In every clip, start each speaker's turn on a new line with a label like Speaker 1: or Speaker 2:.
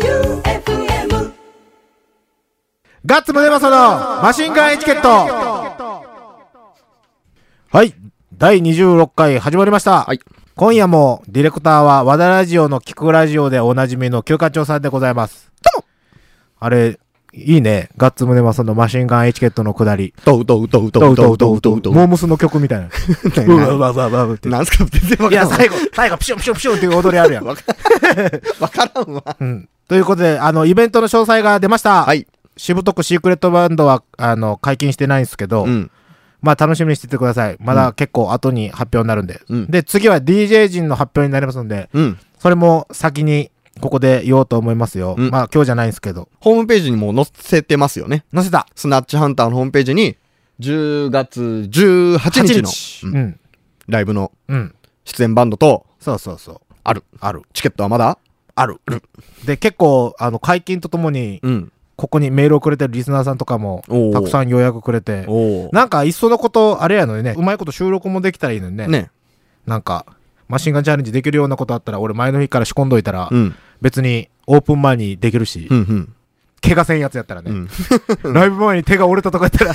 Speaker 1: J-O-E-U-F-M
Speaker 2: ガッツムネマソのマシンガンエチケットはい。第26回始まりました。
Speaker 3: はい
Speaker 2: 今夜もディレクターは和田ラジオの聞くラジオでおなじみの休館長さんでございます。あれ、いいね。ガッツムネマソのマシンガンエチケットのくだり。
Speaker 3: どうどうどう
Speaker 2: ど
Speaker 3: どうどうどうどうどう
Speaker 2: モームスの曲みたい な。うわうわうわうわうわって。い
Speaker 3: なんすか全然わから
Speaker 2: や、
Speaker 3: んわ。
Speaker 2: 最後、最後、ピシュンピシュンピシュンっていう踊りあるやん。
Speaker 3: わ わからんわ。
Speaker 2: うん。ということで、あの、イベントの詳細が出ました。
Speaker 3: はい。
Speaker 2: しぶとくシークレットバンドは、あの、解禁してないんですけど、
Speaker 3: うん。
Speaker 2: まあ楽しみにしててください。まだ結構後に発表になるんで。
Speaker 3: うん
Speaker 2: で、次は DJ 陣の発表になりますので、
Speaker 3: うん。
Speaker 2: それも先にここで言おうと思いますよ。
Speaker 3: うん
Speaker 2: まあ今日じゃないんですけど。
Speaker 3: ホームページにも載せてますよね。
Speaker 2: 載せた
Speaker 3: スナッチハンターのホームページに、10月18日の
Speaker 2: う
Speaker 3: うん
Speaker 2: ん。
Speaker 3: ライブの
Speaker 2: うん。
Speaker 3: 出演バンドと、
Speaker 2: そうそうそう。
Speaker 3: ある。
Speaker 2: ある。
Speaker 3: チケットはまだ
Speaker 2: ある。で、結構、あの、解禁とともに、
Speaker 3: うん。
Speaker 2: ここにメールをくれてるリスナーさんとかも
Speaker 3: お、ー
Speaker 2: たくさん予約くれて、
Speaker 3: おお。
Speaker 2: なんか、いっそのこと、あれやのにね、うまいこと収録もできたらいいのにね。
Speaker 3: ね。
Speaker 2: なんか、マシンガンチャレンジできるようなことあったら、俺前の日から仕込んどいたら、
Speaker 3: うん。
Speaker 2: 別にオープン前にできるし、
Speaker 3: うんうん。
Speaker 2: 怪我せんやつやったら
Speaker 3: う
Speaker 2: ね、
Speaker 3: ん。
Speaker 2: ライブ前に手が折れたとか言ったら、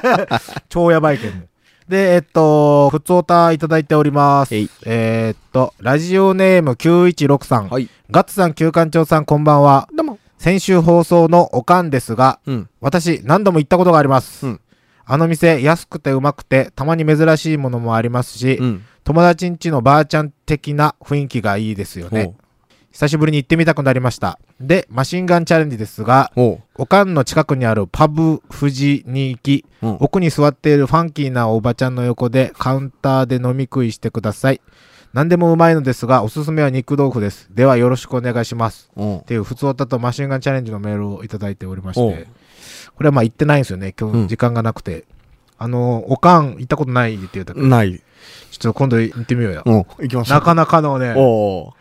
Speaker 2: 超やばいけんね。で、えっと、ふつおたいただいております
Speaker 3: えい。
Speaker 2: えーっと、ラジオネーム9163さん、
Speaker 3: はい。
Speaker 2: ガッツさん、旧館長さん、こんばんは。
Speaker 3: どうも。
Speaker 2: 先週放送のおかんですが、
Speaker 3: うん。
Speaker 2: 私、何度も行ったことがあります。
Speaker 3: うん
Speaker 2: あの店、安くてうまくて、たまに珍しいものもありますし、
Speaker 3: うん。
Speaker 2: 友達んちのばあちゃん的な雰囲気がいいですよね。久しぶりに行ってみたくなりました。で、マシンガンチャレンジですが、
Speaker 3: おう。
Speaker 2: おかんの近くにあるパブ富士に行き、
Speaker 3: おう。
Speaker 2: 奥に座っているファンキーなおばちゃんの横でカウンターで飲み食いしてください。何でもうまいのですが、おすすめは肉豆腐です。ではよろしくお願いします。
Speaker 3: おう
Speaker 2: っ。ていう、普通だとマシンガンチャレンジのメールをいただいておりまし
Speaker 3: お
Speaker 2: て
Speaker 3: う、
Speaker 2: これはまあ行ってないんですよね。今
Speaker 3: う
Speaker 2: 日
Speaker 3: ん
Speaker 2: 時間がなくて。あの、おかん行ったことないって言ったから、
Speaker 3: ない。
Speaker 2: ちょっと今度行ってみようよ。
Speaker 3: おう。行きましょ
Speaker 2: な
Speaker 3: う。
Speaker 2: かなかのね、
Speaker 3: おう。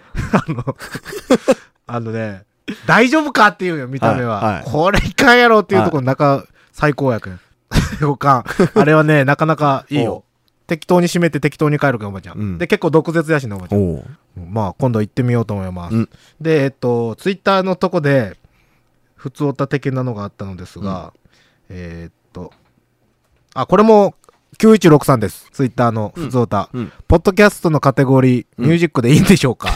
Speaker 2: あのね、大丈夫かっていうよ、見た目は。
Speaker 3: はいはい
Speaker 2: これいかんやろっていうところの中、最高やけん。 五感。あれはね、なかなかいいよ
Speaker 3: おう。
Speaker 2: 適当に締めて適当に帰るけん、おばちゃん。
Speaker 3: うん
Speaker 2: で、結構毒舌やしね、おばちゃん。
Speaker 3: おう。
Speaker 2: まあ、今度行ってみようと思います。
Speaker 3: うん
Speaker 2: で、えっと、ツイッターのとこで、普通オタ的なのがあったのですが、えーっと、あ、これも、9163です。ツイッターの普通オタ。
Speaker 3: うんうん
Speaker 2: ポッドキャストのカテゴリー、ミュージックでいいんでしょう か、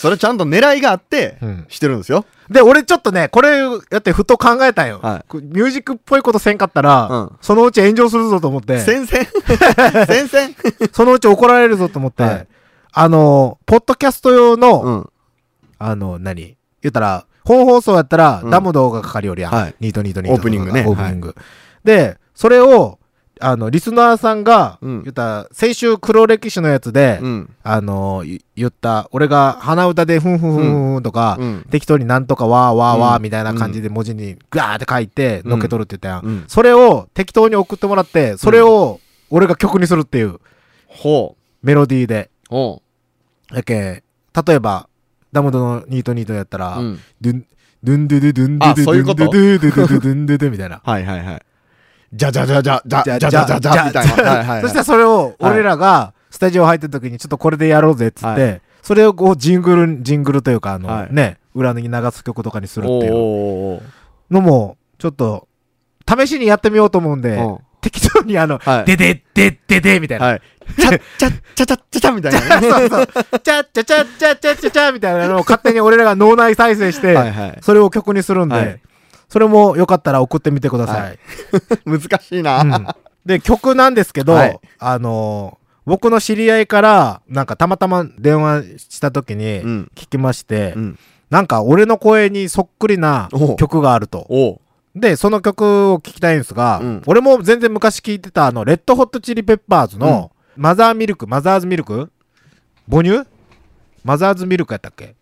Speaker 3: それちゃんと狙いがあって
Speaker 2: うん、
Speaker 3: してるんですよ。
Speaker 2: で、俺ちょっとね、これ、やってふと考えたんよ。
Speaker 3: はい
Speaker 2: こうミュージックっぽいことせんかったら、
Speaker 3: うん
Speaker 2: そのうち炎上するぞと思って、
Speaker 3: 戦 線戦線
Speaker 2: そのうち怒られるぞと思って、
Speaker 3: はい
Speaker 2: あの、ポッドキャスト用の、
Speaker 3: うん。
Speaker 2: あの、何言ったら、本放送やったら、
Speaker 3: うん
Speaker 2: ダム動画かかるよりやん、
Speaker 3: はい
Speaker 2: ニートニートニート
Speaker 3: オープニングね
Speaker 2: オープニング。で、それを、あの、リスナーさんが、
Speaker 3: うん
Speaker 2: 言ったら、先週黒歴史のやつで、
Speaker 3: うん。
Speaker 2: あの、い言った、俺が鼻歌で、ふんふんふんふんとか、
Speaker 3: うん。
Speaker 2: 適当になんとかわーわーわー
Speaker 3: うん
Speaker 2: みたいな感じで文字にガーって書いてのっけ取るって言ったやん、
Speaker 3: うん
Speaker 2: それを適当に送ってもらってそれを俺が曲にするっていう
Speaker 3: ほ
Speaker 2: メロディーで
Speaker 3: う。ほ
Speaker 2: やけ例えばダムドのニートニートやったら、
Speaker 3: う。うん。
Speaker 2: ドゥンドゥンドゥドゥドゥンドゥ
Speaker 3: あ
Speaker 2: ドゥ
Speaker 3: そういう
Speaker 2: ドゥ
Speaker 3: こ
Speaker 2: ンド
Speaker 3: と
Speaker 2: ゥドゥドゥドゥドゥンドゥドゥみたいな
Speaker 3: はいはいはい。じゃじゃじゃじゃじゃじゃじゃじゃじゃみたいな。はいはいはい。
Speaker 2: そしたらそれを俺らがスタジオ入った時にちょっとこれでやろうぜっつって、
Speaker 3: は
Speaker 2: それをこうジングルジングルというかあの、
Speaker 3: はい
Speaker 2: ね裏に流す曲とかにするっていう
Speaker 3: おーおーおー
Speaker 2: のも、ちょっと、試しにやってみようと思うんで
Speaker 3: うん、
Speaker 2: 適当にあの、
Speaker 3: はい
Speaker 2: でででででみたいな。
Speaker 3: はい。 ちゃっちゃっちゃちゃっちゃちゃみた いなね。
Speaker 2: そうそう。ちゃっちゃちゃっちゃっちゃっちゃちゃみたいなのを勝手に俺らが脳内再生して、
Speaker 3: はいはい
Speaker 2: それを曲にするんで、
Speaker 3: はい
Speaker 2: それもよかったら送ってみてください。
Speaker 3: 難しい
Speaker 2: うん
Speaker 3: な。
Speaker 2: で、曲なんですけど、
Speaker 3: はい
Speaker 2: あのー僕の知り合いから、なんかたまたま電話した時に
Speaker 3: うん
Speaker 2: 聞きまして、
Speaker 3: うん。
Speaker 2: なんか俺の声にそっくりな
Speaker 3: おう
Speaker 2: 曲があると。
Speaker 3: おう
Speaker 2: で、その曲を聞きたいんですが、
Speaker 3: うん
Speaker 2: 俺も全然昔聞いてたあの、レッドホットチリペッパーズの、マザーミルク、マザーズミルク母乳マザーズミルクやったっ け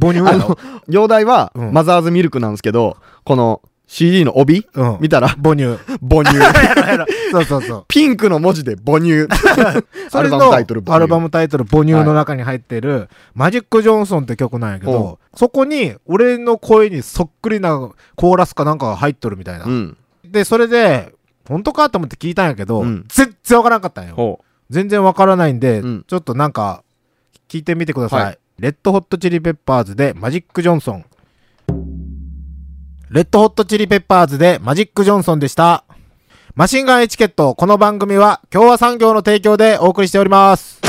Speaker 2: 母乳
Speaker 3: あ
Speaker 2: やろ
Speaker 3: の、容題は、
Speaker 2: うん
Speaker 3: マザーズミルクなんですけど、この CD の帯
Speaker 2: うん
Speaker 3: 見たら、
Speaker 2: 母 乳。
Speaker 3: 母乳。
Speaker 2: やろやろ そうそうそう。
Speaker 3: ピンクの文字で母乳。
Speaker 2: それの
Speaker 3: アルバムタイトル母乳
Speaker 2: アルバムタイトル母乳の中に入ってる、マジック・ジョンソンって曲なんやけど、そこに俺の声にそっくりなコーラスかなんかが入っとるみたいな。
Speaker 3: うん。
Speaker 2: で、それで、本当かと思って聞いたんやけど、
Speaker 3: うん
Speaker 2: 全然わからんかったんよ。
Speaker 3: ほ
Speaker 2: 全然わからないんで、
Speaker 3: うん
Speaker 2: ちょっとなんか、聞いてみてください、
Speaker 3: はい
Speaker 2: レッドホットチリペッパーズでマジック・ジョンソンレッドホットチリペッパーズでマジック・ジョンソンでしたマシンガンエチケットこの番組は共和産業の提供でお送りしております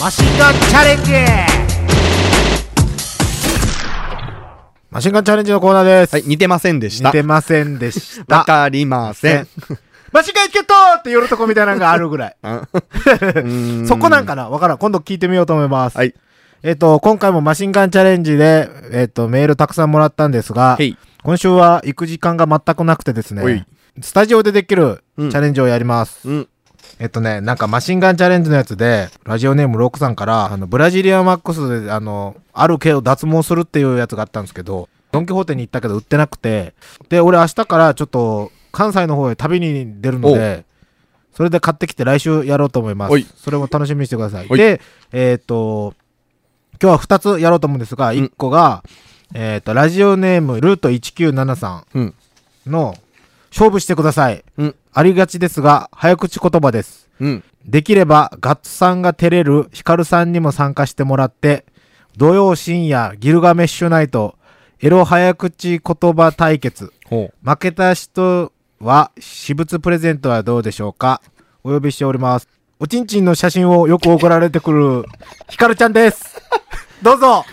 Speaker 2: マシンガンチャレンジマシンガンチャレンジのコーナーです、
Speaker 3: はい、似てませんでし
Speaker 2: 似
Speaker 3: た。
Speaker 2: てませんでし
Speaker 3: わ
Speaker 2: た
Speaker 3: かりません。
Speaker 2: マシンガンエチケットって言うとこみたいなのがあるぐらい。そこなんかなわからん。今度聞いてみようと思います。
Speaker 3: はい。
Speaker 2: えっ、と、今回もマシンガンチャレンジで、えっ、と、メールたくさんもらったんですが、
Speaker 3: はい。
Speaker 2: 今週は行く時間が全くなくてです
Speaker 3: おい
Speaker 2: ね、スタジオでできるチ
Speaker 3: うん
Speaker 2: ャレンジをやります。
Speaker 3: うん。
Speaker 2: えっとね、なんかマシンガンチャレンジのやつで、ラジオネームロックさんから、あの、ブラジリアンマックスで、あの、ある毛を脱毛するっていうやつがあったんですけど、ドンキホーテに行ったけど売ってなくて、で、俺明日からちょっと、関西の方へ旅に出るので、それで買ってきて来週やろうと思いま
Speaker 3: おい
Speaker 2: す。それも楽しみにしてください。
Speaker 3: おい
Speaker 2: で、えっと、今日は2つやろうと思うんですが、1個が、えっと、ラジオネームルート1973さ
Speaker 3: うん。
Speaker 2: んの、勝負してください。
Speaker 3: うん。
Speaker 2: ありがちですが、早口言葉です。
Speaker 3: うん。
Speaker 2: できればガッツさんが照れるヒカルさんにも参加してもらって土曜深夜ギルガメッシュナイトエロ早口言葉対決
Speaker 3: ほ
Speaker 2: 負けた人は私物プレゼントはどうでしょうかお呼びしておりますおちんちんの写真をよく送られてくる ヒカルちゃんですどうぞ
Speaker 4: は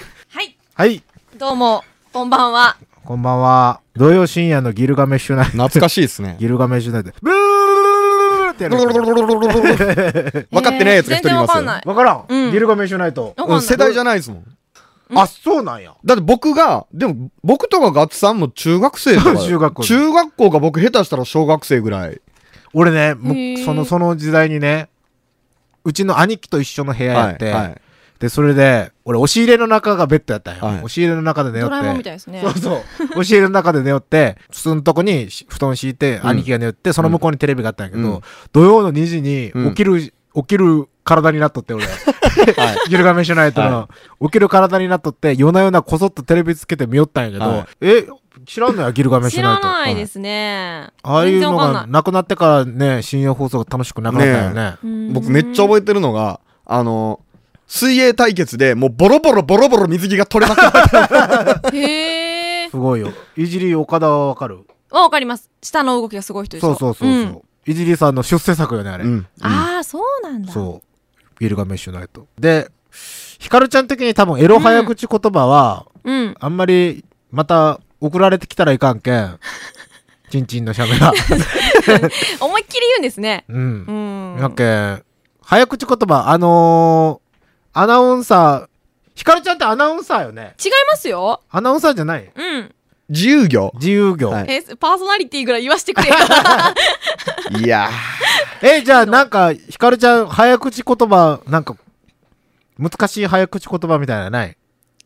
Speaker 4: い、
Speaker 2: はい
Speaker 4: どうも、こんばんは。
Speaker 2: こんばんは土曜深夜のギルガメッシュナイ
Speaker 3: う。
Speaker 2: ト
Speaker 3: 懐かしいですね。
Speaker 2: ギルガメッシュナイトブーってやる
Speaker 3: 分かってないやつが
Speaker 4: え
Speaker 3: 一人います
Speaker 4: ー全然わかんな
Speaker 3: よ
Speaker 4: い。
Speaker 2: わからん、
Speaker 4: うん
Speaker 2: ギルガメッシュナイト
Speaker 4: わかん
Speaker 3: う、
Speaker 4: なんい
Speaker 3: 世代じゃないですもん。
Speaker 2: あそうなんや
Speaker 3: だって僕が、でも僕とかガッツさんも中学生とか。
Speaker 2: 中学校
Speaker 3: 中学校が僕下手したら小学生ぐらい。
Speaker 2: 俺ねむ
Speaker 4: へー
Speaker 2: そのその時代にねうちの兄貴と一緒の部屋やって、
Speaker 3: はいはい
Speaker 2: でそれで俺押し入れの中がベッドやったんよ、
Speaker 3: はい
Speaker 2: 押し入れの中で寝よ
Speaker 4: ド
Speaker 2: って
Speaker 4: ラえもんみたいですね。
Speaker 2: そうそう押し入れの中で寝よって普通のとこにし布団敷いて、
Speaker 3: ん
Speaker 2: 兄貴が寝よってその向こうにテレビがあったんやけど、
Speaker 3: うん
Speaker 2: 土曜の2時に
Speaker 3: うん
Speaker 2: 起きる、起きる体になっとって俺、 ギルガメッシュナイトの、起きる体になっとって夜な夜なこそっとテレビつけて見よったんやけど、
Speaker 3: はい
Speaker 2: え知らんのやギルガメッシ
Speaker 4: 知
Speaker 2: ュナイ
Speaker 4: ら
Speaker 2: ト
Speaker 4: ないですね。
Speaker 2: ああい
Speaker 4: 全
Speaker 2: うの
Speaker 4: 然わ
Speaker 2: が
Speaker 4: かんない
Speaker 2: なくなってからね、深夜放送が楽しくなくなったよね。
Speaker 4: うん
Speaker 3: 僕めっちゃ覚えてるのが、あの、水泳対決でもうボロボロボロボロ水着が取れなかった。
Speaker 4: へえ
Speaker 2: す。ごいよ。いじり岡田はわかる
Speaker 4: あ、わかります。下の動きがすごい人でし
Speaker 2: そ
Speaker 4: ょ
Speaker 2: うそうそうそう、
Speaker 4: ん
Speaker 2: いじりさんの出世作よね、あれ。
Speaker 3: うん
Speaker 4: ああ、そうなんだ。
Speaker 2: そう。ギルガメッシュナイト。で、ヒカルちゃん的に多分エロ早口言葉は、
Speaker 4: うん。
Speaker 2: あんまりまた送られてきたらいかんけん。ちんちんのしゃべら。
Speaker 4: 思いっきり言うんですね。
Speaker 2: うん
Speaker 4: う。ん。
Speaker 2: なんか、早口言葉、あのー、アナウンサー、ヒカルちゃんってアナウンサーよね。
Speaker 4: 違いますよ。
Speaker 2: アナウンサーじゃない
Speaker 4: うん。
Speaker 3: 自由業。
Speaker 2: 自由業。
Speaker 3: はい
Speaker 4: え、パーソナリティぐらい言わしてくれ。
Speaker 3: いや
Speaker 2: え、じゃあなんか、ひかるちゃん、早口言葉、なんか、難しい早口言葉みたいなのない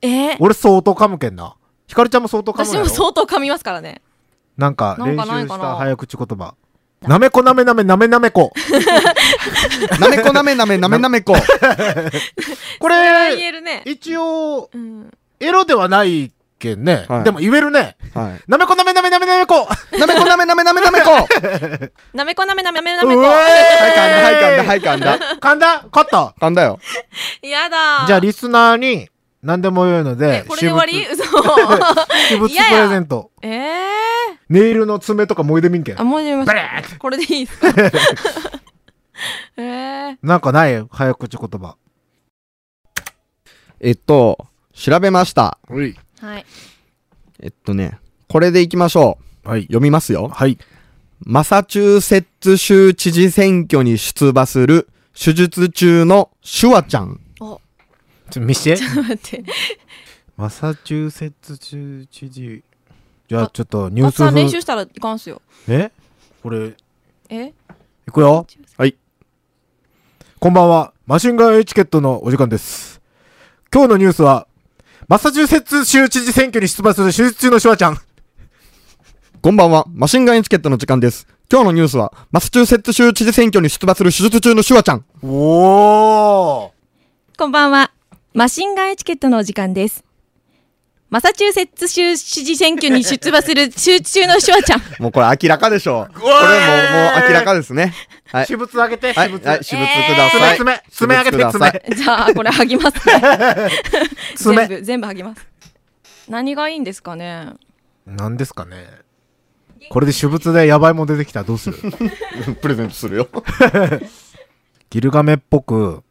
Speaker 4: え
Speaker 2: 俺相当噛むけんな。ひかるちゃんも相当噛む
Speaker 4: 私
Speaker 2: や
Speaker 4: も
Speaker 2: ろ
Speaker 4: 相当噛みますからね。
Speaker 2: なんか、
Speaker 4: なん
Speaker 2: 練習
Speaker 4: かない
Speaker 2: し
Speaker 4: かな
Speaker 2: た早口言葉。なめこなめなめなめなめ こ。
Speaker 3: ー、なめこなめなめなめなめこ。
Speaker 2: こ
Speaker 4: 言
Speaker 2: れ、
Speaker 4: えるね。
Speaker 2: 一応、
Speaker 4: うん。
Speaker 2: エロではないけんね。
Speaker 3: はい
Speaker 2: でも言えるね。
Speaker 3: は
Speaker 2: なめこなめなめなめなめこ。
Speaker 3: い。なめこなめなめなめなめこ。はい、
Speaker 4: なめこなめなめなめな
Speaker 2: う
Speaker 4: めこ。
Speaker 3: 噛んだ、はい、噛んだ、はい、
Speaker 2: 噛
Speaker 3: 噛んだ。
Speaker 2: んだカット。
Speaker 3: 噛んだよ。
Speaker 4: やだ。
Speaker 2: じゃあ、リスナーに、何でもよいの
Speaker 4: え
Speaker 2: で、
Speaker 4: これで終わり嘘。
Speaker 2: 私物私物
Speaker 4: 嫌
Speaker 2: プ
Speaker 4: や
Speaker 2: レゼント。
Speaker 4: ええー。
Speaker 2: ネイルの爪とかもいでみんけん
Speaker 4: あ、。もうやめま
Speaker 2: ブレ
Speaker 4: した。これでいいですかえー、
Speaker 2: なんかない早口言葉。
Speaker 3: えっと、調べました。
Speaker 4: はい。
Speaker 3: えっとね、これでいきましょう。
Speaker 2: はい
Speaker 3: 読みますよ。
Speaker 2: はい。
Speaker 3: マサチューセッツ州知事選挙に出馬する手術中のシュワちゃん。
Speaker 4: お、
Speaker 2: ちょ、見して。
Speaker 4: 待って。
Speaker 2: マサチューセッツ州知事。じゃあ、ちょっとニュ
Speaker 4: お
Speaker 2: ー
Speaker 4: っ
Speaker 2: ス
Speaker 4: さん練
Speaker 2: 風
Speaker 4: 習。したらいかんすよ。
Speaker 2: えこれ、
Speaker 4: え
Speaker 2: いくよ。
Speaker 3: はい。
Speaker 2: こんばんは。マシンガンエチケットのお時間です。今日のニュースは、マサチューセッツ州知事選挙に出馬する手術中のシュワちゃん。
Speaker 3: こんばんは。マシンガンエチケットの時間です。今日のニュースは、マサチューセッツ州知事選挙に出馬する手術中のシュワちゃん。
Speaker 2: おー。
Speaker 4: こんばんは。マシンガンエチケットのお時間です。マサチューセッツ州知事選挙に 出馬する州知中のシュワちゃん。
Speaker 3: もうこれ明らかでしょう。これもう、もう明らかですね。はい
Speaker 2: 私物あげて、
Speaker 3: は
Speaker 2: 私
Speaker 3: い、
Speaker 2: 物。
Speaker 3: はい、私物ください。
Speaker 2: 爪爪爪上げて
Speaker 3: 私物ください。
Speaker 4: じゃあ、これ剥ぎますね。全
Speaker 2: 爪。
Speaker 4: 部、全部剥ぎます。何がいいんですかね。
Speaker 2: 何ですかね。これで私物でやばいもん出てきたらどうする
Speaker 3: プレゼントするよ。
Speaker 2: ギルガメっぽく、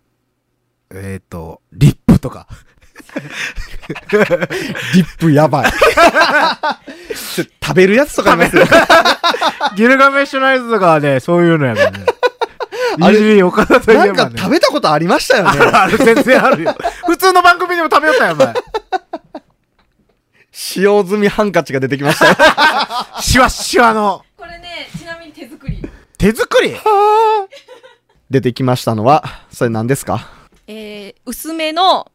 Speaker 2: えっ、ー、と、リップとか。
Speaker 3: リップやばい。ちょ食べるやつとかありますよ。
Speaker 2: ギルガメッシュナイズとかはね、そういうのやもんね。
Speaker 3: あ
Speaker 2: あ
Speaker 3: れ
Speaker 2: れ、岡田といえば
Speaker 3: な
Speaker 2: ね。
Speaker 3: んか食べたことありましたよ
Speaker 2: あ
Speaker 3: ね。
Speaker 2: るある、全然あるよ。普通の番組でも食べよったよ、お前。
Speaker 3: 使用済みハンカチが出てきましたよ。
Speaker 2: シワシワの。
Speaker 4: これね、ちなみに手作り。
Speaker 2: 手作り
Speaker 3: 出てきましたの は、それ何ですか
Speaker 4: えー、薄めの、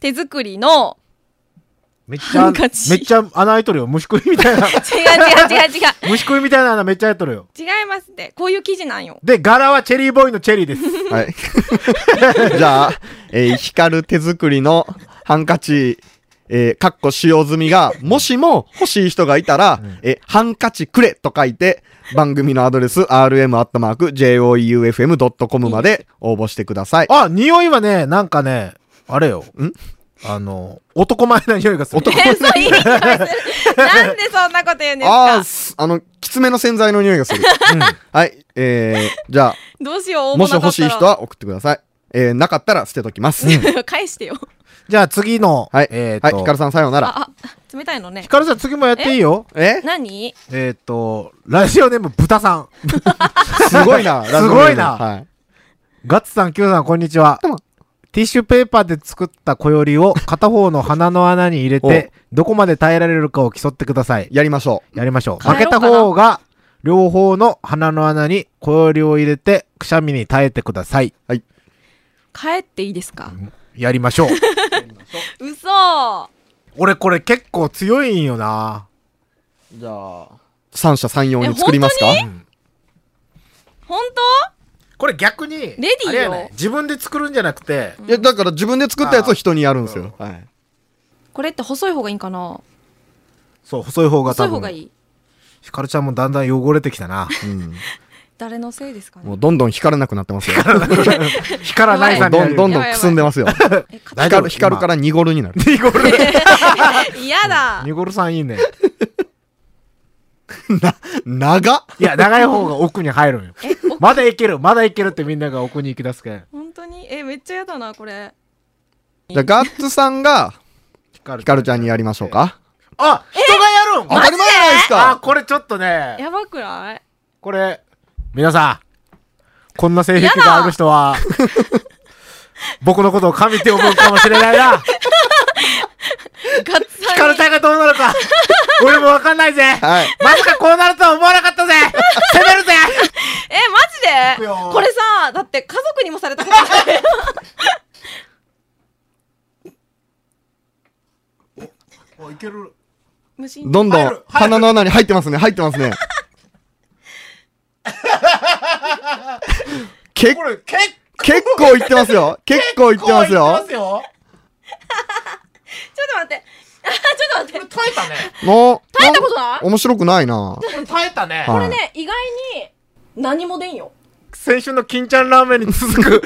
Speaker 4: 手作りの、
Speaker 2: めっち
Speaker 4: ハ
Speaker 2: ゃ、
Speaker 4: ン
Speaker 2: め
Speaker 4: カ
Speaker 2: っ
Speaker 4: チ
Speaker 2: ちゃ穴開いとるよ。虫食いみたいな。
Speaker 4: 違う違う違う違う。
Speaker 2: 虫食いみたいな穴めっちゃ開いとるよ。
Speaker 4: 違いますって。こういう生地なん よ。
Speaker 2: で、柄はチェリーボーイのチェリー です。
Speaker 3: はい。じゃあ、えー光る手作りのハンカチ、えー、かっこ使用済みが、もしも欲しい人がいたら、えーハンカチくれと書いて、番組のアドレス、rm.joeufm.com まで応募してください。
Speaker 2: あ、匂いはね、なんかね、あれよ。あの、男前な匂いがする。
Speaker 4: えー、そういい匂いする。なんでそんなこと言うんです
Speaker 3: ああ
Speaker 4: か
Speaker 3: ー、すあの、きつめの洗剤の匂いがする。はい。えー、じゃ
Speaker 4: どうしよう、応
Speaker 3: あ、
Speaker 4: 募
Speaker 3: もし
Speaker 4: なか
Speaker 3: 欲
Speaker 4: っ
Speaker 3: しい
Speaker 4: た
Speaker 3: 人
Speaker 4: ら。
Speaker 3: は送ってください。えー、なかったら捨てとき ます。
Speaker 4: 返してよ。
Speaker 2: じゃあ次の、
Speaker 3: はい。
Speaker 2: えっ
Speaker 3: はい、
Speaker 2: と、
Speaker 3: ヒカルさんさようなら。
Speaker 4: あ、あ、冷たいのね
Speaker 2: ヒ。カルさん次もやっていいよ。
Speaker 3: え
Speaker 4: 何
Speaker 2: えっと、ラジオネーム豚さん。
Speaker 3: すご いな。
Speaker 2: すごいな
Speaker 3: はい。
Speaker 2: ガッツさん、キュウさん、こんにちは
Speaker 3: どうも。
Speaker 2: ティッシュペーパーで作った小より を片方の鼻の穴に入れて、どこまで耐えられるかを競ってください。
Speaker 3: やりましょう。
Speaker 2: やりましょう。
Speaker 4: 変
Speaker 2: 負
Speaker 4: え
Speaker 2: け
Speaker 4: ようか
Speaker 2: た
Speaker 4: な
Speaker 2: 方が、両方の鼻の穴に小よりを入れて、くしゃみに耐えてください。
Speaker 4: 帰っていいですか
Speaker 2: やりまし ょう。
Speaker 4: 嘘
Speaker 2: 俺これ結構強いんよな。
Speaker 3: じゃあ、三者三様
Speaker 4: え
Speaker 3: に作りますか
Speaker 4: 本本
Speaker 2: これ逆に、レ
Speaker 4: ディーよ
Speaker 2: 自分で作るんじゃなくて、
Speaker 3: いや、だから自分で作ったやつを人にやるんですよ。はい。
Speaker 4: 当これって細い方がいいんかな
Speaker 2: そう、細い方が
Speaker 4: 細
Speaker 2: 多
Speaker 4: い
Speaker 2: 分。
Speaker 4: 方がいい。
Speaker 2: ヒカルちゃんもだんだん汚れてきた な。
Speaker 4: 誰のせいですか
Speaker 3: も
Speaker 4: ね
Speaker 3: うどんどん光らなくなってますよ。
Speaker 2: ヒカラナイさんに
Speaker 3: ど
Speaker 2: なるよ
Speaker 3: んどんどんくすんでますよ。
Speaker 4: え、か
Speaker 2: 大丈夫
Speaker 3: 光る、光るから濁るになる。
Speaker 2: 濁る。
Speaker 4: 嫌だ
Speaker 2: 濁るさんいいね。
Speaker 3: 長っ
Speaker 2: いや、長い方が奥に入るんよ。
Speaker 4: え、お
Speaker 2: まだいける、まだいけるってみんなが奥に行き出すけん。
Speaker 4: 本当にえ、めっちゃ嫌だな、これ。
Speaker 3: じゃあ、ガッツさんが、
Speaker 2: ヒカル
Speaker 3: ヒカルちゃんにやりましょう。か。
Speaker 2: あ、人がやるん
Speaker 3: 当たり前じゃないです
Speaker 2: あ、
Speaker 3: か
Speaker 2: これちょっとね、
Speaker 4: やばくない
Speaker 2: これ、皆さん、こんな性癖がある人 は、僕のことを神って思うかもしれない な。
Speaker 4: ガッツ
Speaker 2: ヒカ
Speaker 4: さん
Speaker 2: ル
Speaker 4: に
Speaker 2: ちゃんがどうなるか、俺もわかんないぜ。
Speaker 3: はい。
Speaker 2: まさかこうなるとは思わなかったぜ。攻めるぜ。
Speaker 4: え、マジで
Speaker 2: よ
Speaker 4: これさ、だって家族にもされたことない。
Speaker 2: おいける。
Speaker 4: 無心。
Speaker 3: どんど
Speaker 2: 入
Speaker 3: ん
Speaker 2: る、
Speaker 3: 鼻の穴に入ってますね、入ってま すね。け
Speaker 2: これ結
Speaker 3: 結構いってますよ。 結構いって
Speaker 2: 構
Speaker 3: ま
Speaker 2: い
Speaker 3: す
Speaker 2: って
Speaker 3: よ
Speaker 2: ます。よ。
Speaker 4: ちょっと待って。 あちょっと待って。
Speaker 2: 耐えたね。
Speaker 3: もう、
Speaker 4: 耐えたことない
Speaker 3: 面白くないな。
Speaker 2: これ耐えたね。
Speaker 3: はい
Speaker 4: これね、意外に何も出んよ。
Speaker 2: 先週の金ちゃんラーメンに続 く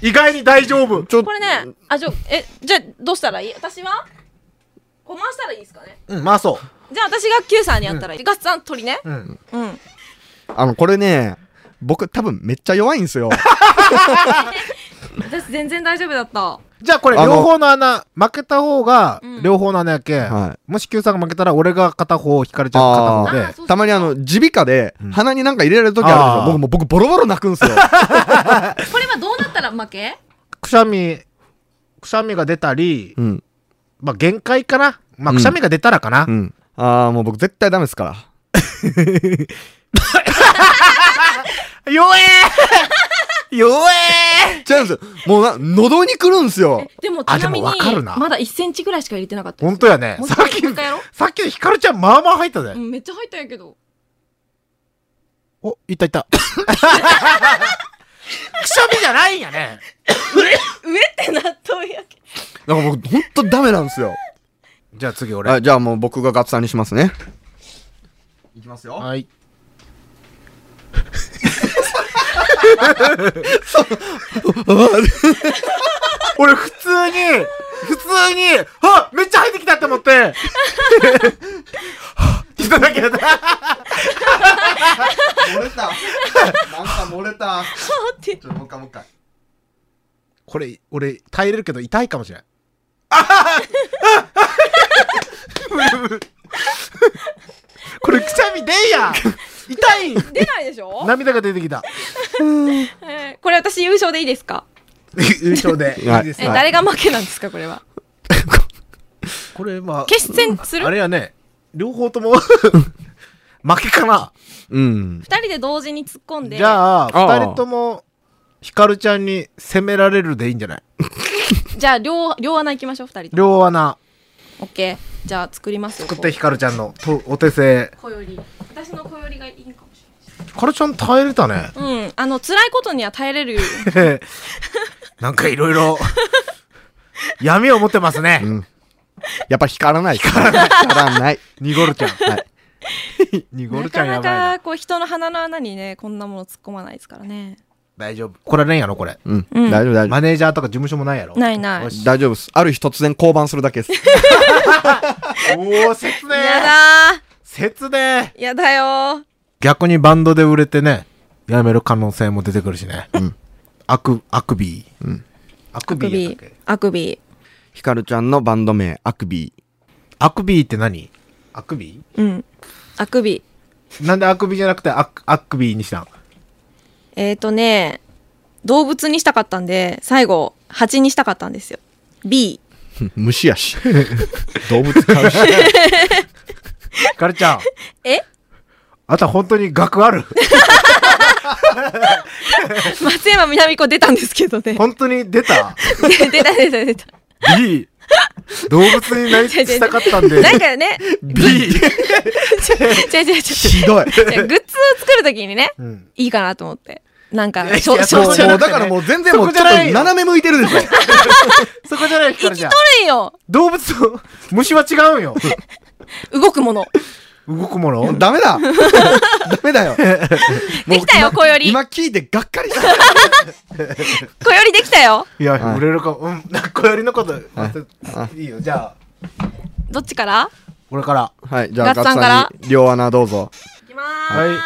Speaker 2: 意外に大丈夫
Speaker 3: ちょっ
Speaker 4: ことれね、あ、ちょ、え、じゃあどうしたらいい私はこう回したらいいですかね
Speaker 2: うんまあそ
Speaker 4: じゃあ私が Q さんにやったらいい。ガッツさん鳥ね
Speaker 2: う。。うん、
Speaker 4: うん。
Speaker 3: あの、これね、僕多分めっちゃ弱いん ですよ。
Speaker 4: 私全然大丈夫だった。
Speaker 2: じゃあこれ
Speaker 3: あの
Speaker 2: 両方の穴負けた方が
Speaker 4: うん
Speaker 2: 両方の穴やけん、
Speaker 3: は
Speaker 2: もし Q さんが負けたら俺が片方ひかれちゃう
Speaker 4: あ
Speaker 2: 片
Speaker 4: ー
Speaker 2: 方
Speaker 4: そう
Speaker 3: たまにあの、耳鼻科で
Speaker 2: うん
Speaker 3: 鼻になんか入れられる時あるんです
Speaker 2: あー
Speaker 3: よ。僕もう僕ボロボロ泣くん ですよ。
Speaker 4: これはどうなったら負け
Speaker 2: でくしゃみくしゃみが出たり、
Speaker 3: うん。
Speaker 2: まあ限界かな、ま
Speaker 3: う
Speaker 2: あ、
Speaker 3: ん
Speaker 2: くしゃみが出たらかな、
Speaker 3: うん。ああ、もう僕絶対ダメですから。
Speaker 2: 弱え ー弱え
Speaker 3: 違うんですよ。もうな、喉に来るんですよ。
Speaker 4: でもち
Speaker 2: あで
Speaker 4: な
Speaker 2: も
Speaker 4: みに、
Speaker 2: わかるな
Speaker 4: まだ1センチぐらいしか入れてなかった
Speaker 2: ー
Speaker 4: です。
Speaker 2: 本当やね
Speaker 4: もう一
Speaker 2: さっ
Speaker 4: 回
Speaker 2: き
Speaker 4: もう一回やろう
Speaker 2: さっきのひかるちゃんまあまあ入ったぜ、
Speaker 4: うん、めっちゃ入ったんやけど。
Speaker 2: おいったいったくしゃみじゃないんやね
Speaker 4: 上って納豆やけ。
Speaker 3: だから僕ほんとダメなんですよ。
Speaker 2: じゃあ次俺
Speaker 3: はい、じゃあもう僕がガッツさんにしますね。いきますよ。
Speaker 2: はい。俺普通に、普通に、あめっちゃ入ってきたって思って、はぁって言っただけだった。
Speaker 3: 漏れ た。なんか漏れた。
Speaker 4: って
Speaker 3: ちょ、もう一回もう一回。
Speaker 2: これ、俺、耐えれるけど痛いかもしれない。これ、くしゃみ出んやん痛い
Speaker 4: 出ないでしょ、
Speaker 2: 涙が出てきた。
Speaker 4: えーこれ私優勝でいいですか
Speaker 2: 優勝で。い
Speaker 3: はい
Speaker 2: いです
Speaker 4: え、
Speaker 2: か
Speaker 4: 誰が負けなんですかこれ は
Speaker 2: これ、まあ、
Speaker 4: 決戦する
Speaker 2: あれやね、両方とも、 負けかな。
Speaker 3: うん。
Speaker 4: 二人で同時に突っ込んで
Speaker 2: じゃあ、
Speaker 3: あー
Speaker 2: 二人とも、ヒカルちゃんに攻められるでいいんじゃない
Speaker 4: じゃあ両両穴いきましょう二人と
Speaker 2: 両穴、
Speaker 4: オッケーじゃあ作りますよ
Speaker 2: 作ってヒカルちゃんのとお手製。
Speaker 4: こう小より私の小よりがいいんかもし
Speaker 2: ヒカルちゃん耐えれたね。
Speaker 4: れないうんあの辛いことには耐えれる
Speaker 2: なんかいろいろ、闇を持ってますね。
Speaker 3: うん。やっぱ光らない。光らない。光 らない。
Speaker 2: ニゴルちゃん。
Speaker 3: はい。
Speaker 2: ニゴ
Speaker 4: な
Speaker 2: ルちゃ
Speaker 4: か
Speaker 2: んや
Speaker 4: な
Speaker 2: ばいな。
Speaker 4: かこう人の鼻の穴にねこんなもの突っ込まないですからね
Speaker 2: 大丈夫。これねんやろ、これ。
Speaker 3: うん。
Speaker 4: うん
Speaker 3: 大丈夫、大丈
Speaker 2: マネージャーとか事務所もないやろ。
Speaker 4: ないない
Speaker 2: よし
Speaker 3: 夫。大丈夫です。ある日突然降板するだけです。
Speaker 2: おお、切ね
Speaker 4: やだ
Speaker 2: 切ね
Speaker 4: ーやだよー
Speaker 2: 逆にバンドで売れてね、やめる可能性も出てくるしね。うん。あく、あくび。うん。あく
Speaker 4: あく
Speaker 2: びや
Speaker 4: び
Speaker 2: ったっけ。
Speaker 4: あくび
Speaker 3: ヒカルちゃんのバンド名、アクビ ー。
Speaker 2: あくびって何あくび
Speaker 4: うんあくび
Speaker 2: なんであくびじゃなくてあく、あくびにしたん
Speaker 4: えーとね動物にしたかったんで最後蜂にしたかったんですよ B
Speaker 3: 虫やし。 動物飼 うし。
Speaker 2: ヒカル ちゃん。
Speaker 4: え
Speaker 2: あとは本当に額ある。
Speaker 4: 松山南子出たんですけどね
Speaker 2: 本当に出た。
Speaker 4: 出た出た出た
Speaker 2: B 動物になりしたかったんで
Speaker 4: なんかね
Speaker 2: B
Speaker 4: 違う違う違う
Speaker 3: ひど
Speaker 4: 違う
Speaker 3: い。
Speaker 4: グッズを作るときにね、
Speaker 2: ん
Speaker 4: いいかなと思ってなん
Speaker 2: い
Speaker 4: か
Speaker 2: や
Speaker 4: しょ
Speaker 2: いや
Speaker 4: しょ
Speaker 2: そう
Speaker 4: しょ取
Speaker 2: もうだからもう全然もうちょっと斜
Speaker 3: め向いてるでしょ。
Speaker 2: そこじゃないからじゃん
Speaker 4: れよ
Speaker 2: 動物と虫は違うんよ
Speaker 4: 動くもの
Speaker 2: 動くもの
Speaker 3: ダメだ ダメだよ
Speaker 4: できたよ
Speaker 3: も
Speaker 4: 小
Speaker 3: う
Speaker 4: より
Speaker 3: 今今聞いてがっか りした。
Speaker 4: 小よりできたよ
Speaker 2: いや、
Speaker 3: はい
Speaker 2: 売れるかうんなんかよりのこと、
Speaker 3: はい
Speaker 2: いいよじゃあ
Speaker 4: どっちから
Speaker 2: 俺から
Speaker 3: はい、じゃあ
Speaker 4: ガ
Speaker 3: ガ
Speaker 4: ッ
Speaker 3: ッツ
Speaker 4: ツさんから
Speaker 3: さんに両穴どうぞ。
Speaker 4: いきま
Speaker 2: ー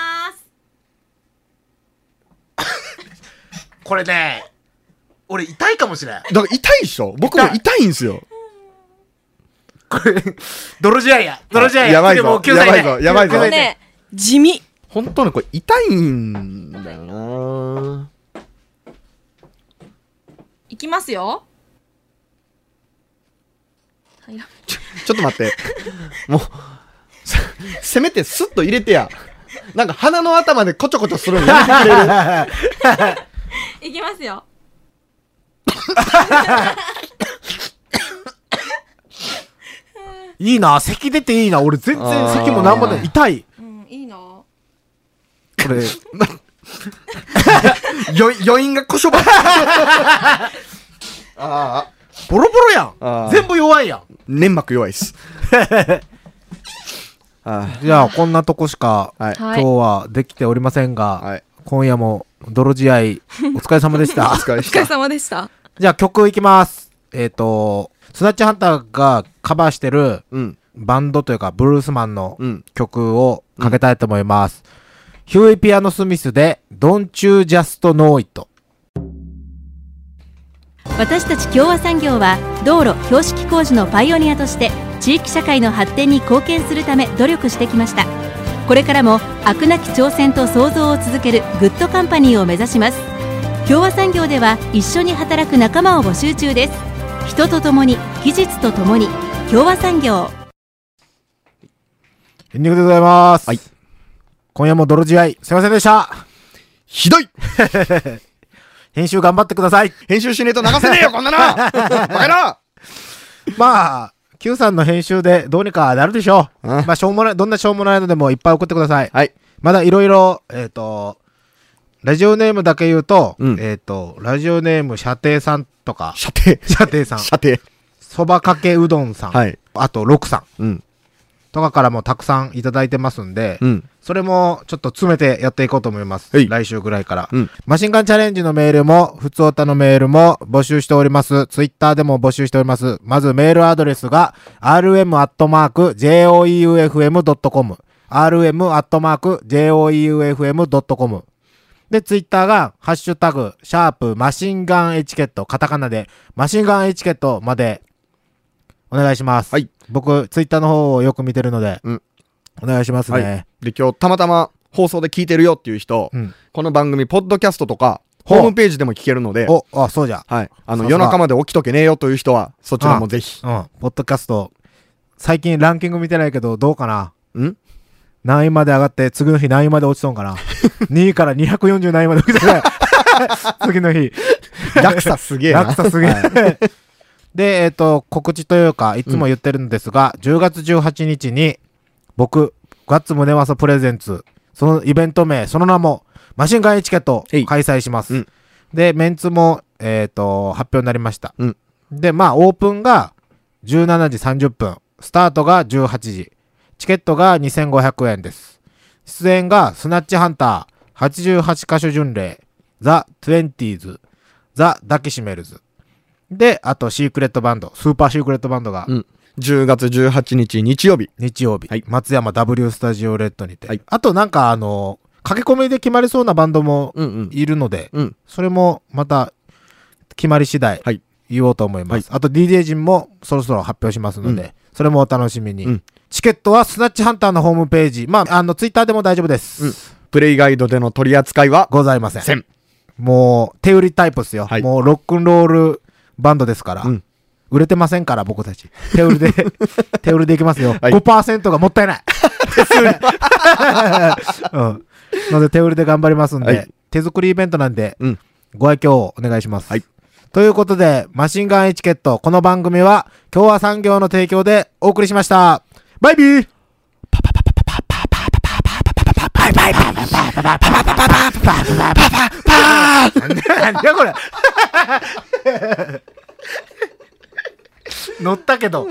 Speaker 2: これね俺痛いかもしれん
Speaker 3: だから痛いでしょ僕も
Speaker 2: 痛い
Speaker 3: 痛いんすよ。
Speaker 2: これ泥仕合や泥仕合や
Speaker 3: やばい
Speaker 2: でも
Speaker 3: ぞ。
Speaker 2: う救
Speaker 3: や
Speaker 2: 済
Speaker 3: ば
Speaker 2: ね
Speaker 3: いぞ。やばい
Speaker 4: あ
Speaker 3: ぞ
Speaker 4: の。ね地味
Speaker 3: 本当にこれ痛いんだよない
Speaker 4: きますよ入らん
Speaker 3: ちょ、ちょっと待って。もう、せせめてスッと入れてや。なんか鼻の頭でこちょこちょするのやめてくれる
Speaker 4: いきますよ
Speaker 2: いいな咳出ていいな俺全然咳もなんもな
Speaker 3: あ
Speaker 2: い
Speaker 3: ー
Speaker 2: 痛い
Speaker 4: うんいいな
Speaker 2: これ
Speaker 3: よ余韻がこしょばっああ、
Speaker 2: ボロボロや
Speaker 3: あ
Speaker 2: ん
Speaker 3: ー
Speaker 2: 全部弱いやん
Speaker 3: 粘膜弱いっす。あ
Speaker 2: じゃあこんなとこしか
Speaker 3: あ、はい。
Speaker 4: は
Speaker 2: 今日はできておりませんが、
Speaker 3: はい。
Speaker 2: 今夜も泥仕合お疲れ様でし
Speaker 3: お
Speaker 2: た。
Speaker 3: 疲
Speaker 4: お
Speaker 3: れ
Speaker 4: 疲
Speaker 3: 様
Speaker 4: れ
Speaker 3: でした。
Speaker 4: 様でした
Speaker 2: じゃあ曲いきます。えっ、と、スナッチハンターがカバーしてる
Speaker 3: うん。
Speaker 2: バンドというかブルースマンの
Speaker 3: うん。
Speaker 2: 曲をかけたいと思います。ヒューイ・ピアノ・スミスで Don't You Just Know It。
Speaker 5: 私たち共和産業は道路標識工事のパイオニアとして地域社会の発展に貢献するため努力してきましたこれからも飽くなき挑戦と創造を続けるグッドカンパニーを目指します共和産業では一緒に働く仲間を募集中です人と共に技術と共に共和産業
Speaker 2: エンディングでございます。
Speaker 3: はい
Speaker 2: 今夜も泥仕合すいませんでした。
Speaker 3: ひどい
Speaker 2: 編集頑張ってください。
Speaker 3: 編集しねえと流せねえよ、こんなのバカな
Speaker 2: まあ、Q さんの編集でどうにかなるでしょう。
Speaker 3: うん
Speaker 2: まあ、しょうもない、どんなしょうもないのでもいっぱい送ってください。
Speaker 3: はい。
Speaker 2: まだいろいろ、えっ、と、ラジオネームだけ言うと、
Speaker 3: うん
Speaker 2: えっ、と、ラジオネーム射程さんとか、
Speaker 3: 射程。
Speaker 2: 射程さん、
Speaker 3: 射程。
Speaker 2: そばかけうどんさん、
Speaker 3: はい
Speaker 2: あと、六さん
Speaker 3: うん。
Speaker 2: とかからもたくさんいただいてますんで、
Speaker 3: うん。
Speaker 2: それもちょっと詰めてやっていこうと思います。
Speaker 3: はい
Speaker 2: 来週ぐらいから、
Speaker 3: うん
Speaker 2: マシンガンチャレンジのメールも、ふつおたのメールも募集しております。ツイッターでも募集しております。まずメールアドレスが、rm.joeufm.com。rm.joeufm.com。で、ツイッターが、ハッシュタグ、シャープ、マシンガンエチケット、カタカナで、マシンガンエチケットまで、お願いします。
Speaker 3: はい
Speaker 2: 僕、ツイッターの方をよく見てるので、
Speaker 3: うん
Speaker 2: お願いしますね。
Speaker 3: はい。で、今日たまたま放送で聞いてるよっていう人、
Speaker 2: うん
Speaker 3: この番組、ポッドキャストとか、
Speaker 2: ほう
Speaker 3: ホームページでも聞けるので、
Speaker 2: お、あ、そうじゃ。
Speaker 3: はい。あの、
Speaker 2: さすが
Speaker 3: 夜中まで起きとけねえよという人は、そちらもぜひ。
Speaker 2: うん。ポッドキャスト、最近ランキング見てないけど、どうかなん何位まで上がって、次の日何位まで落ちそうかな ?2 位から247位まで落ちて 次の 日。
Speaker 3: 落差すげえな。
Speaker 2: 落差すげえ。 で、えっ、と、告知というか、いつも言ってるんですが、10月18日に、僕、ガッツムネマソプレゼンツ、そのイベント名、その名も、マシンガンエチケット
Speaker 3: はい
Speaker 2: 開催します。
Speaker 3: うん
Speaker 2: で、メンツも、えっ、と、発表になりました。
Speaker 3: うん
Speaker 2: で、まあ、オープンが17時30分、スタートが18時、チケットが2500円です。出演が、スナッチハンター、88カ所巡礼、ザ・トゥエンティーズ、ザ・ダキシメルズ。で、あと、シークレットバンド、スーパーシークレットバンドが
Speaker 3: う、ん10月18日日曜日。
Speaker 2: 日曜日、
Speaker 3: はい
Speaker 2: 松山 W スタジオレッドにて、
Speaker 3: はい
Speaker 2: あとなんかあの、駆け込みで決まりそうなバンドも
Speaker 3: うんうん。
Speaker 2: いるので、
Speaker 3: うん。
Speaker 2: それもまた決まり次第
Speaker 3: はい
Speaker 2: 言おうと思います。あと DJ 陣もそろそろ発表しますので、
Speaker 3: うん
Speaker 2: それもお楽しみに、
Speaker 3: うん
Speaker 2: チケットはスナッチハンターのホームページ、まあ、あの、ツイッターでも大丈夫です。
Speaker 3: うんプレイガイドでの取り扱いは、
Speaker 2: ございません。
Speaker 3: せん
Speaker 2: もう、手売りタイプっすよ、
Speaker 3: はい
Speaker 2: もうロックンロールバンドですから。
Speaker 3: うん
Speaker 2: 売れてませんから、僕たち。手売り で、手売りでいきますよ。
Speaker 3: はい
Speaker 2: 5%がもったいない。 うん。なので、手売りで頑張りますんで、
Speaker 3: はい
Speaker 2: 手作りイベントなんで、
Speaker 3: うん
Speaker 2: ご愛嬌をお願いします。
Speaker 3: はい
Speaker 2: ということで、マシンガンエチケット、この番組は、共和産業の提供でお送りしました。バイビーなんだこれ乗ったけど